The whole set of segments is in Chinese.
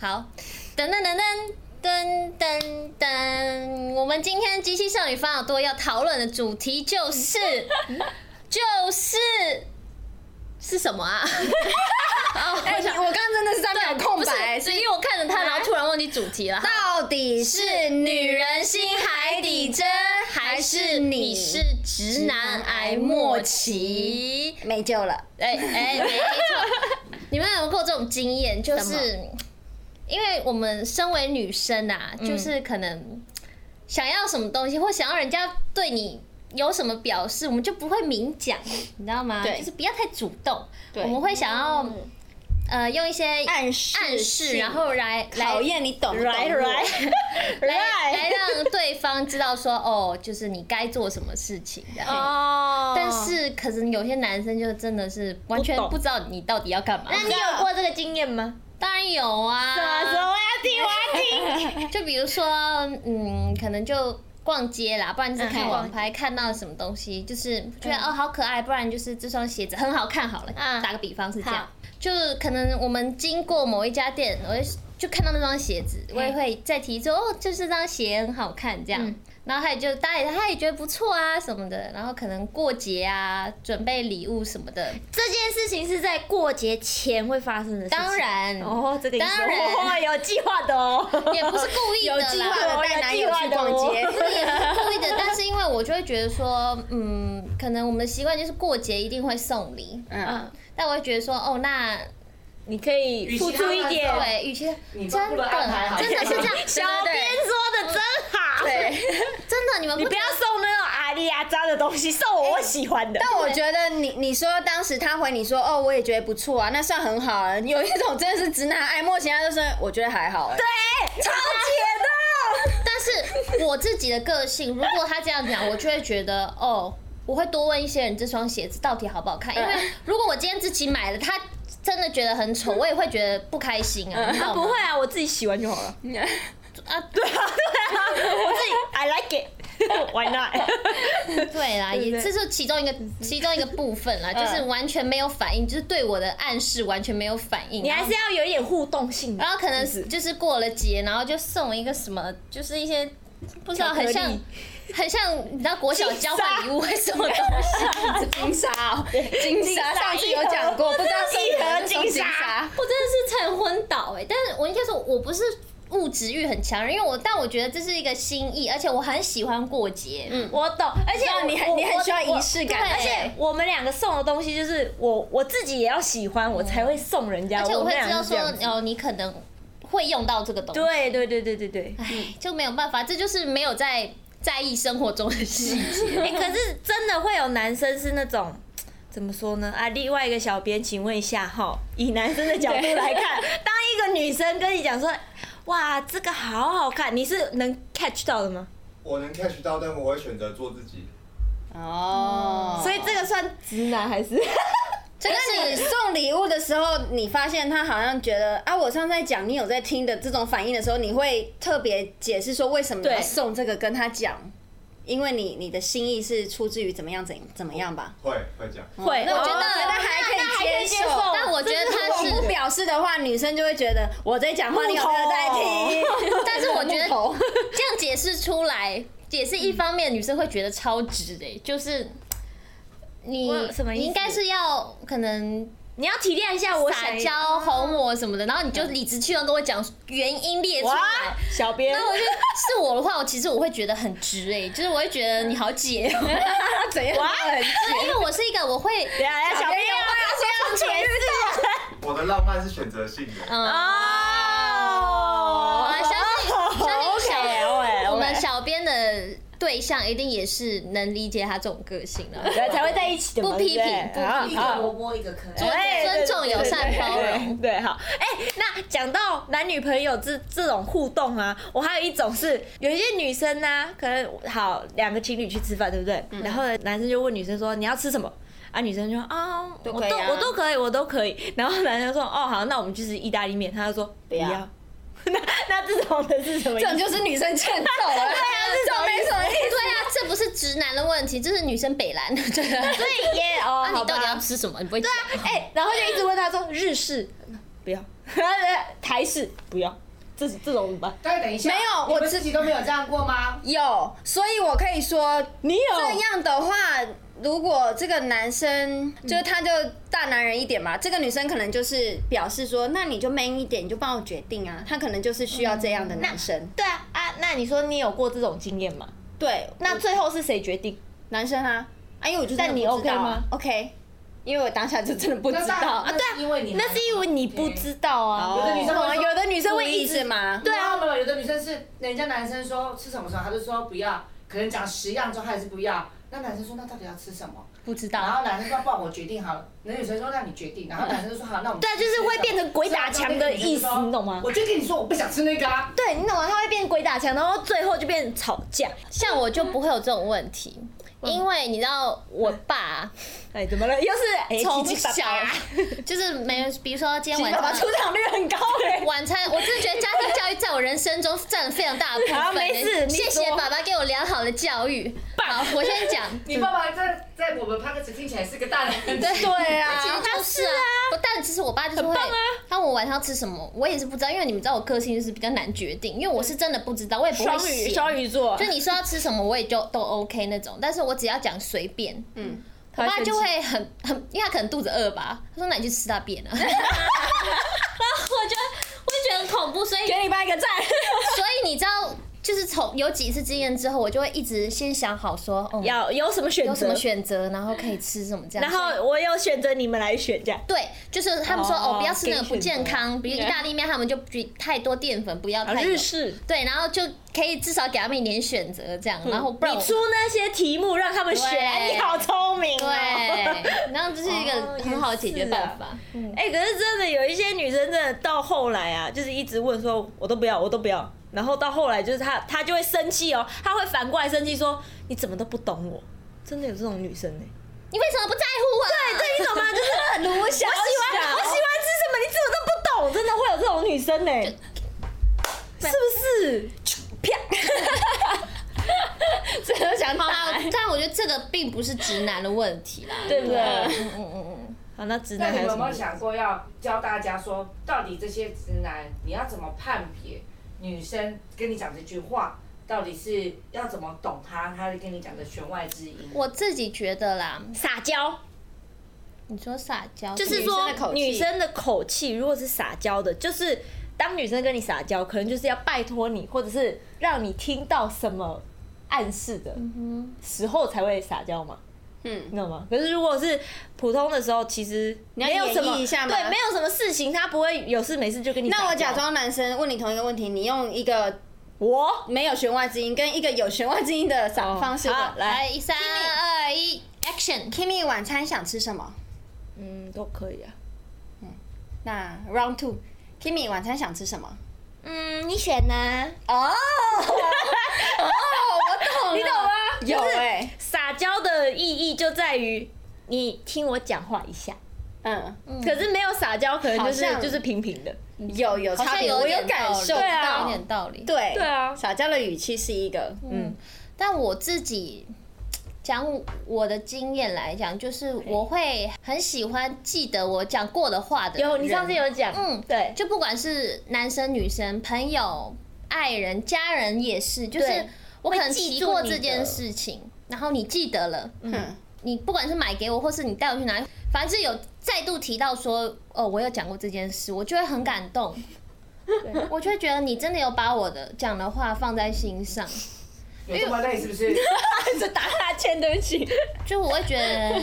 好，噔噔噔噔噔噔噔，我们今天《机器少女烦恼多》要讨论的主题就是 就是是什么啊？哦，哎、你我刚刚真的是在秒对空 不是白，所以我看着他，然后突然忘记主题了。好到底是女人心海底针，还是你是直男癌末期？没救了？哎哎，没 错，你们有过这种经验？就是因为我们身为女生啊，嗯就是可能想要什么东西，或想要人家对你。有什么表示，我们就不会明讲，你知道吗？对就是不要太主动，对嗯我们会想要呃用一些暗示暗示，性然后来来讨厌你懂不懂来我来 来来让对方知道说哦，就是你该做什么事情这样。哦，但是可能有些男生就真的是完全不懂不知道你到底要干嘛。啊那你有过这个经验吗？当然有什啊，么？我要听，我 要听。就比如说嗯，可能就。逛街啦，不然就是看嗯网拍看到什么东西，就是觉得、哦好可爱，不然就是这双鞋子很好看好了。嗯打个比方是这好样，就是可能我们经过某一家店，我会就看到那双鞋子，我也会再提说哦，就是这双鞋很好看这样。嗯然后他也就大家也他也觉得不错啊什么的，然后可能过节啊，准备礼物什么的，这件事情是在过节前会发生的事情。当然哦，这个意思当然哇有计划的哦，也不是故意的啦，有计划的带男友去逛街有，不是也不是故意的，但是因为我就会觉得说，嗯，可能我们的习惯就是过节一定会送礼，嗯，但我会觉得说，哦，那你可以付出一点。对，与其你都真不如安排的好真的是这样， 小对编说的真好，对。真的你们你不要送那种阿里阿扎的东西，送我我喜欢的。但我觉得你你说当时他回你说哦，我也觉得不错啊，那算很好了。有一种真的是直男爱莫其他，就是我觉得还好、欸。对，对，超解的。但是我自己的个性，如果他这样讲，我就会觉得哦，我会多问一些人这双鞋子到底好不好看，因为如果我今天自己买了，他真的觉得很丑，我也会觉得不开心啊。你知道啊，吗不会啊，我自己喜欢就好了。啊，对啊，对啊，我自己 I like it 。Why Oh, not？对啦，对也不对嗯这是其中一个其中一个部分啦，就是完全没有反应，就是对我的暗示完全没有反应。你然还后是要有一点互动性的然。后可能就是过了节，然后就送一个什么，就是一些不知道很像巧克很像你知道国小交换礼物会送的东西，金 沙哦，金沙上次有讲过，不知道一盒是金沙，我真的是成昏倒哎、但是我应该说我不是。物质欲很强，因为我但我觉得这是一个心意，而且我很喜欢过节。嗯，我懂，而且啊你我很你很需要仪式感，对而且我们两个送的东西，就是我我自己也要喜欢，我才会送人家。而且我我会们俩知道是这说样子，哦，你可能会用到这个东西。对对对对对对。唉，就没有办法，这就是没有在在意生活中的细节。哎、可是真的会有男生是那种。怎么说呢？啊，另外一个小编，请问一下哈，以男生的角度来看， 当一个女生跟你讲说，哇，这个好好看，你是能 catch 到的吗？我能 catch 到，但我会选择做自己。哦，所以这个算直男还是？ 这个那你是送礼物的时候，你发现他好像觉得啊，我上次在讲你有在听的这种反应的时候，你会特别解释说为什么你要对送这个跟他讲，因为你你的心意是出自于怎么样怎怎么样吧？会会讲，会，那我觉得哦还可以接受但我觉得他如果不是，表示的话，女生就会觉得我在讲话，你有没有在听？但是 我觉得木头这样解释出来，解释一方面女生会觉得超值的、欸就是你我什么意思你应该是要可能你要体谅一下我撒想娇哄我什么的，然后你就理直气壮跟我讲原因列出哇来。，小编然后我就是我的话，我其实我会觉得很值哎、就是我会觉得你好解 哦、怎样？因为我是一个我会对啊，小编要要 解释。我的浪漫是选择性的。嗯。哦我相信，相信，OK，OK，OK 小我们小编的对象一定也是能理解他这种个性的， 对才会在一起的嘛，不批评对不对不 一好个好萝卜一个坑。哎尊重友善对对对包容对对，好。哎、那讲到男女朋友这这种互动啊，我还有一种是有一些女生呢、可能好两个情侣去吃饭，对不对？然后呢男生就问女生说你要吃什么？啊，女生就说啊，都我可以都啊我都可以，我都可以。然后男生说哦好，那我们去吃意大利面。他就说不要那那这种的是什么意这种思？就是女生欠揍了，对啊，这 种没什么意对思。啊，这不是直男的问题，这是女生北蓝的。 对啊，对耶哦，那好你到底要吧。吃什么？你不会对啊？哎、然后就一直问他说日式，不要。 台式不要，这这种怎么办？但是等一下，没有你我们自己都没有这样过吗？有，所以我可以说你这有样的话，如果这个男嗯生就是他就大男人一点嘛，这个女生可能就是表示说，那你就 man 一点，你就帮我决定啊。他可能就是需要这样的男生。嗯对啊啊，那你说你有过这种经验吗？对，那最后是谁决定？男生啊，啊，因为我就真的但你不知道啊 OK 吗？OK，因为我当下就真的不知那当然道那啊。是因为你那是因为你不知道啊。有的女生会说哦有的女生会一故意直嘛，对啊，没有有的女生是人家男生说吃什么时候，她就说不要，可能讲十样之后她还是不要。那男生说那到底要吃什么？不知然道。后男生说不然我决定好了，那女生说那你决定，然后男生就说好，那我们 对啊就是会变成鬼打墙的意思然后那个女生就说你懂吗我就跟你说我不想吃那个啊，对，你懂吗？他会变鬼打墙，然后最后就变成吵架。像我就不会有这种问题，因为你知道我爸哎，怎么了？又是从奇迹爸小啊爸 就是没有，比如说今天奇晚迹爸 爸上出。场率很高哎。 晚餐，我真的觉得家庭教育在我人生中占了非常大的部好分。欸没事你谢说谢爸爸给我良好的教育。好，我先 讲，你爸爸在在我们 p a c k 听起来是个大男人，对其实啊，就是啊，不但其实我爸就是会很棒啊，他问我晚上要吃什么，我也是不知道，因为你们知道我个性就是比较难决定，因为我是真的不知道，我也不会嗯啊双鱼写。双鱼座就，你说要吃什么，我也就都 OK 那种，但是我只要讲随便，嗯，我爸就会很很，因为他可能肚子饿吧，他说那你去吃大便啊，然后我就我就觉得很恐怖，所以给你爸一个赞。所以你知道，就是从有几次经验之后，我就会一直先想好说，哦，要有什么选择？有什么选择，然后可以吃什么这样，然所以后我有选择你们来选，这样对，就是他们说哦哦，不要吃那个给不你选择健康，比如意大利面，他们就不太多淀粉，不要啊太多日。式。对，然后就可以至少给他们一点选择，这样，然后不然嗯你我出那些题目让他们选，对哎你好聪明对哦。，然后这是一哦个很好的解也决是啊办法。哎、可是真的有一些女生真的到后来啊，就是一直问说，我都不要，我都不要。然后到后来就是她，她就会生气哦，她会反过来生气说，你怎么都不懂我。真的有这种女生呢、你为什么不在乎啊？对对，你懂吗？就是很我喜欢，我喜欢吃什么，你怎么都不懂，真的会有这种女生呢、是不是？这个想法 好啦，但我觉得这个并不是直男的问题啦。对不对？嗯嗯嗯嗯，好，那直那男你还有们有什没么有？想过要教大家说，到底这些直男你要怎么判别女生跟你讲这句话，到底是要怎么懂她，她跟你讲的弦外之音？我自己觉得啦，撒娇。你说撒娇就是女生的口说气女生的口气，如果是撒娇的，就是当女生跟你撒娇，可能就是要拜托你，或者是让你听到什么暗示的时候才会撒娇嘛。嗯你懂吗？可是如果是普通的时候，其实要没有什么演绎一下吗对，没有什么事情，他不会有事没事就跟你撒娇。那我假装男生问你同一个问题，你用一个我没有弦外之音跟一个有弦外之音的哦方方式好的。来来，一三二一，Action！ Kimi 晚餐想吃什么？嗯，都可以啊。那 Round Two，Kimi 晚餐想吃什么？嗯，你选呢、哦，哦，我懂，你懂吗？有就是哎、撒娇的意义就在于你听我讲话一下。嗯，可是没有撒娇，可能就是好像就是平平的。有有好差像别，我有点感道理受对啊有到，点道理。对对啊撒娇的语气是一个，嗯，但我自己讲我的经验来讲，就是我会很喜欢记得我讲过的话的人。有你上次有讲，嗯对，就不管是男生、女生、朋友、爱人、家人也是，就是对我可能会记提住过你这件的事情，然后你记得了，嗯，你不管是买给我，或是你带我去哪里，反正是有再度提到说，哦，我有讲过这件事，我就会很感动，我就会觉得你真的有把我的讲的话放在心上，有这么哎累是 不是？这打哈欠，对不 起，就我会觉得，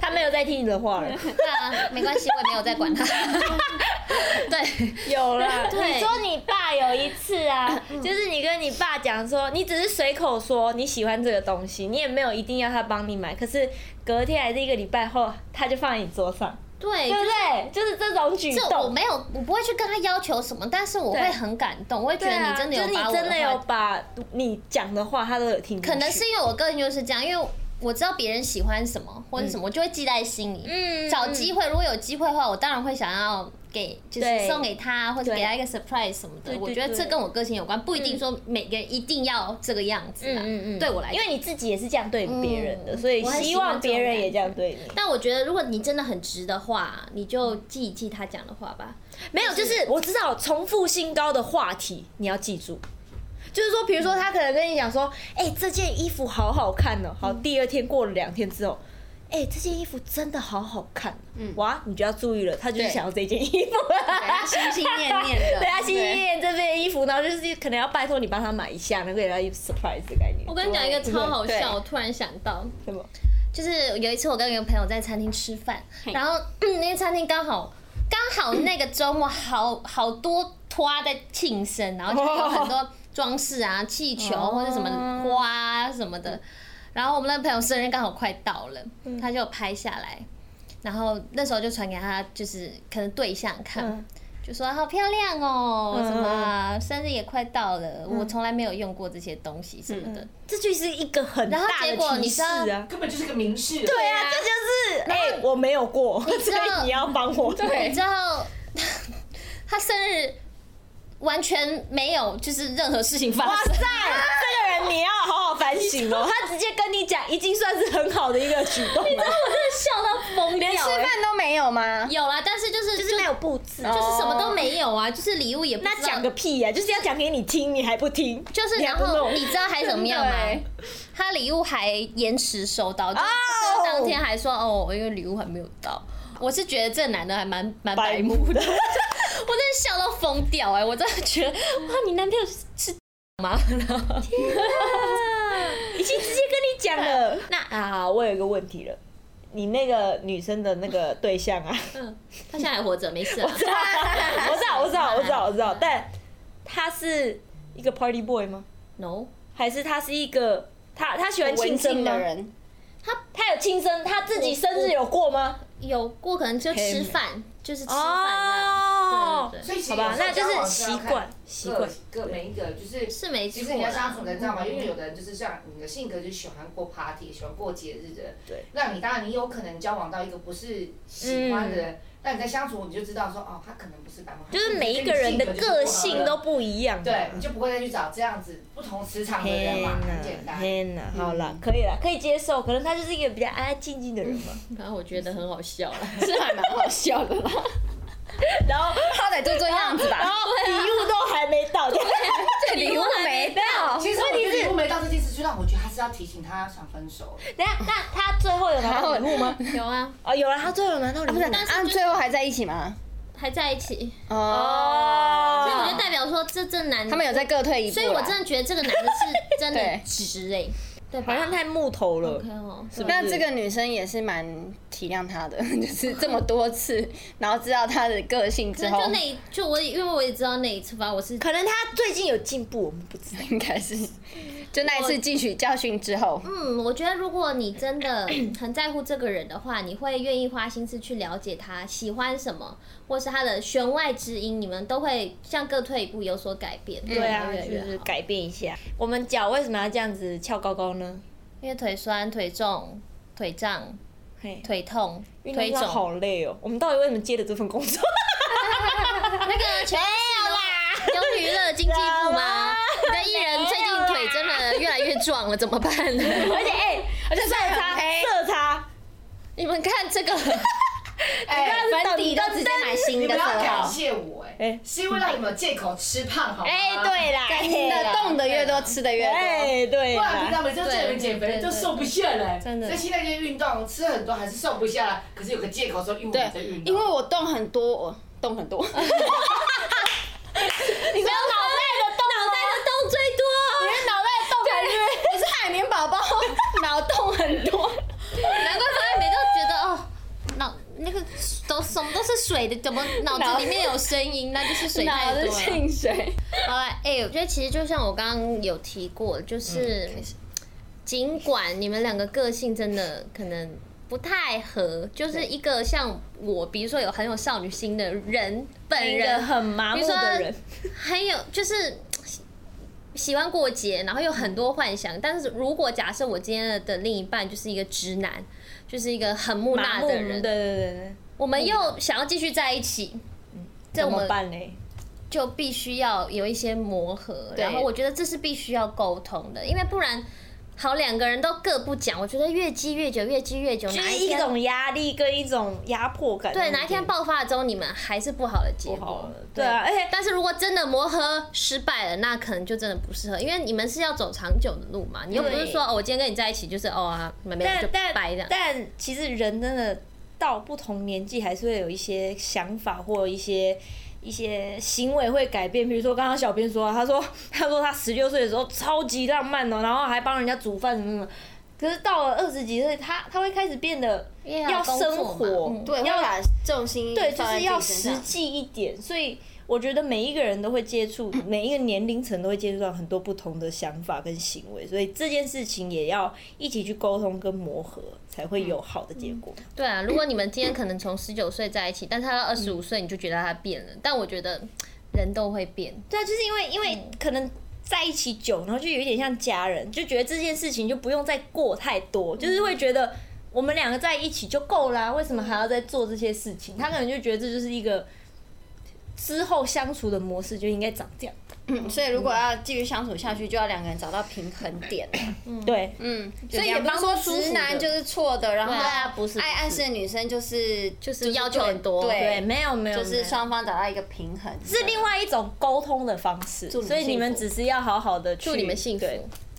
他没有在听你的话了。对啊，没关系，我也没有在管他， 对， 有啦， 对嗯你说你爸有一次啊， 就是你跟你爸讲说，你只是随口说你喜欢这个东西，你也没有一定要他帮你买，可是隔天还是一个礼拜后，他就放在你桌上，对，哎对就不是对？就是这种举这我动。没有，我不会去跟他要求什么，但是我会对很感动，我会觉对得啊，你真的就有是你把我真的有话把你讲的话，他都有听进去。可能是因为我个人就是这样，因为我知道别人喜欢什么或者什么，我就会记在心里。嗯找机会，如果有机会的话，我当然会想要给就是对送给他，或者对给他一个 surprise 什么的。对对我觉得对嗯这跟我个性有关，不一定说每个人一定要这个样子啊。嗯嗯嗯，对我来因讲，为你自己也是这样对别人的，嗯所以我很喜希欢望别人也这样对你。但我觉得如果你真的很直的话，你就记一记他讲的话吧。没有，就是我知道重复性高的话题，你要记住。就是说，比如说他可能跟你讲说，哎、这件衣服好好看哦、好，第二天过了两天之后，哎、这件衣服真的好好看、嗯，哇，你就要注意了，他就是对想要这件衣服。对他心心念念 的， 对啊，心心念这件衣服，然后就是可能要拜托你帮他买一下，能够给他一个 surprise 的概念。我跟你讲一个超好对笑，我突然想到，什么？就是有一次我跟一个朋友在餐厅吃饭，嘿然后、嗯、那个餐厅刚好刚好那个周末好好多花在庆生，然后就有很多装饰啊、气球哦或者什么花啊什么的。然后我们那个朋友生日刚好快到了，嗯他就有拍下来，然后那时候就传给他，就是可能对象看。嗯就说好漂亮哦，嗯什么啊生日也快到了，我从来没有用过这些东西什么的。这就是一个很然后大结的果你提知示道啊。根本就是个明示。对啊，这就是哎、我没有过，知 所道以你要帮我。你知道他生日完全没有，就是任何事情发哇塞，生。 这个人你要好好反省哦。他直接跟你讲，已经算是很好的一个举动了。我真的笑到疯掉、连吃欸。饭都没有吗？有啦，但是就是就就是没有布置，就就是什么都没有啊，就是礼物也不知道那讲个屁呀、就是要讲给你听，你还不听，就是，你还然不后 弄你知道还怎么样真的吗欸？他礼物还延迟收到，就是哦当天还说哦，因为礼物还没有到。我是觉得这男的还蛮蛮白白目，目 的，我真的笑到疯掉哎、我真的觉得哇，你男朋友是是吗？已经直接跟你讲了。那啊，我有一个问题了，你那个女生的那个对象啊，嗯，他现在还活着，没事、 啊。我知道，我知道，我知道，我知道，但他是一个 party boy 吗？ No，还是他是一个他他喜欢庆文生静吗的？人，他有庆生，他自己生日有过吗？有过可能就吃饭，就是吃饭哦这样。对对所以其实好吧有，时候那就交是往是习要看惯习各惯。各每一个就是是没其实你要错啦相处的，你知道吗？嗯因为有的人就是像你的性格，就是喜欢过 party，喜欢过节日的。对。那你当然，你有可能交往到一个不是喜欢的人，那你在相处，你就知道说，哦，他可能不是百分之嗯百就是每一个人的个性都不一样。对，你就不会再去找这样子不同磁场的人嘛，很简单。天哪，好啦，可以啦，可以接受。可能他就是一个比较安安静静的人嘛。反正我觉得很好笑啦。是还蛮好笑 的啦。哦然后，哦啊好歹就这样子然吧，后礼物都还没 到，这礼物没哦到，其实我觉得如果没到这件事，就让我觉得他是要提醒他想分手。等一下，那 他最后有拿到礼物吗？ 有啊，哦，有了，他最后有拿到礼啊不物是，吗。啊，最后还在一起吗？还在一起，哦，哦，所以我就代表说这这男，他们有在各退一步所啦，以我真的觉得这个男的是 真的对直哎、对吧？好像太木头了 OK 哦，是不是那这个女生也是蛮体谅他的， 就是这么多次， 然后知道他的个性可之能后就，那一就我也因为我也知道那一次吧，我是可能他最近有进步，我们不知道。应该是就那一次汲取教训之后，嗯，我觉得如果你真的很在乎这个人的话，你会愿意花心思去了解他喜欢什么，或是他的弦外之音，你们都会向各退一步有所改变。对啊，越来就越是好改变一下。我们脚为什么要这样子翘高高呢？因为腿酸、腿重、腿胀、嘿，腿痛、运动腿真的肿，好累哦。我们到底为什么接了这份工作？那个全有有娱乐经济部吗？你的艺人最近腿真的越来越壮了，怎么办呢？而且哎，而 且色差色差，你们看这个，哎，粉底都直接买你新不的要色感号，谢我，哎哎，是因为让你们有借口吃胖，好吗？哎，对啦，新的动的越多，吃的越多，哎，对不然平啦，常每次都叫你们减肥，都瘦不下来。真的所以现在就运动，吃很多还是瘦不下来，可是有个借口说因为我在对运，动。因为我动很多，我动很 多，你没有脑袋的动，哦脑袋的动最多。脑袋动感觉 我是海绵 宝宝，脑动很多，难怪方美都觉得哦，脑那个都什么都是水的，怎么脑子里面有声音？那就是水太脑多子了。进水，好了，哎、我觉得其实就像我刚刚有提过，就是尽管你们两个个性真的可能不太合，就是一个像我，比如说有很有少女心的人本一个人，很麻木的人，很有就是。喜欢过节，然后有很多幻想，但是如果假设我今天的另一半就是一个直男，就是一个很木讷麻的木对对人，对对。嗯我们又想要继续在一起，这怎我么们办嘞？就必须要有一些磨合，对然后我觉得这是必须要沟通的，因为不然好两个人都各不讲，我觉得越积越久，越积越久，就哪是一一天种压力跟一种压迫感。对哪一天爆发之后，你们还是不好的结不好果了。对啊，而且但是如果真的磨合失败了，那可能就真的不适合，因为你们是要走长久的路嘛，你又不是对说哦，我今天跟你在一起就是哦啊，没没但就但掰这样。但其实人真的到不同年纪，还是会有一些想法或一些一些行为会改变。比如说刚刚小编说啊、他说 他说他十六岁的时候超级浪漫哦，然后还帮人家煮饭什么什么。可是到了二十几岁，他他会开始变得因为要要工生作嘛活，嗯对，要要把重心对，就放在是自要己身实上。际一点。所以我觉得每一个人都会接 触，每一个年龄层都会接触到很多不同的想法跟行为，所以这件事情也要一起去沟通跟磨合，才会有好的结果。对啊，如果你们今天可能从十九岁在一起，但是他到二十五岁你就觉得他变了，但我觉得人都会变，对啊，就是因为因为可能。在一起久，然后就有一点像家人，就觉得这件事情就不用再过太多，就是会觉得我们两个在一起就够啦，为什么还要再做这些事情？他可能就觉得这就是一个之后相处的模式就应该长这样。嗯，所以如果要继续相处下去，就要两个人找到平衡点。对，嗯，所以也两不是方说都舒直服男的就是错的，然后对啊不是爱暗示的女生就是就是要求很多对，对，没有没有，就是没有双方找到一个平衡，是另外一种沟通的方式，祝你所以你们幸福只是要好好的祝你们幸福，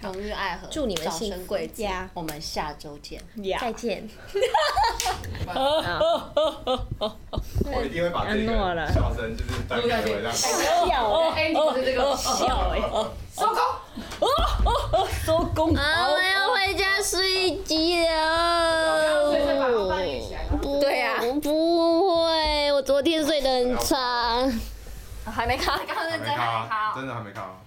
荣誉爱河，祝你们早幸生福贵子呀。我们下周见。再呀。见。我一定会把这个笑声就是当结尾让。笑哦哎你就是这个笑哎，收工。收工啊，我要回家睡觉。所以是把它翻译起来，然后不对啊不会，我昨天睡得很长。还没看，刚刚还认没真还没看哦看，真的还没看啊。哦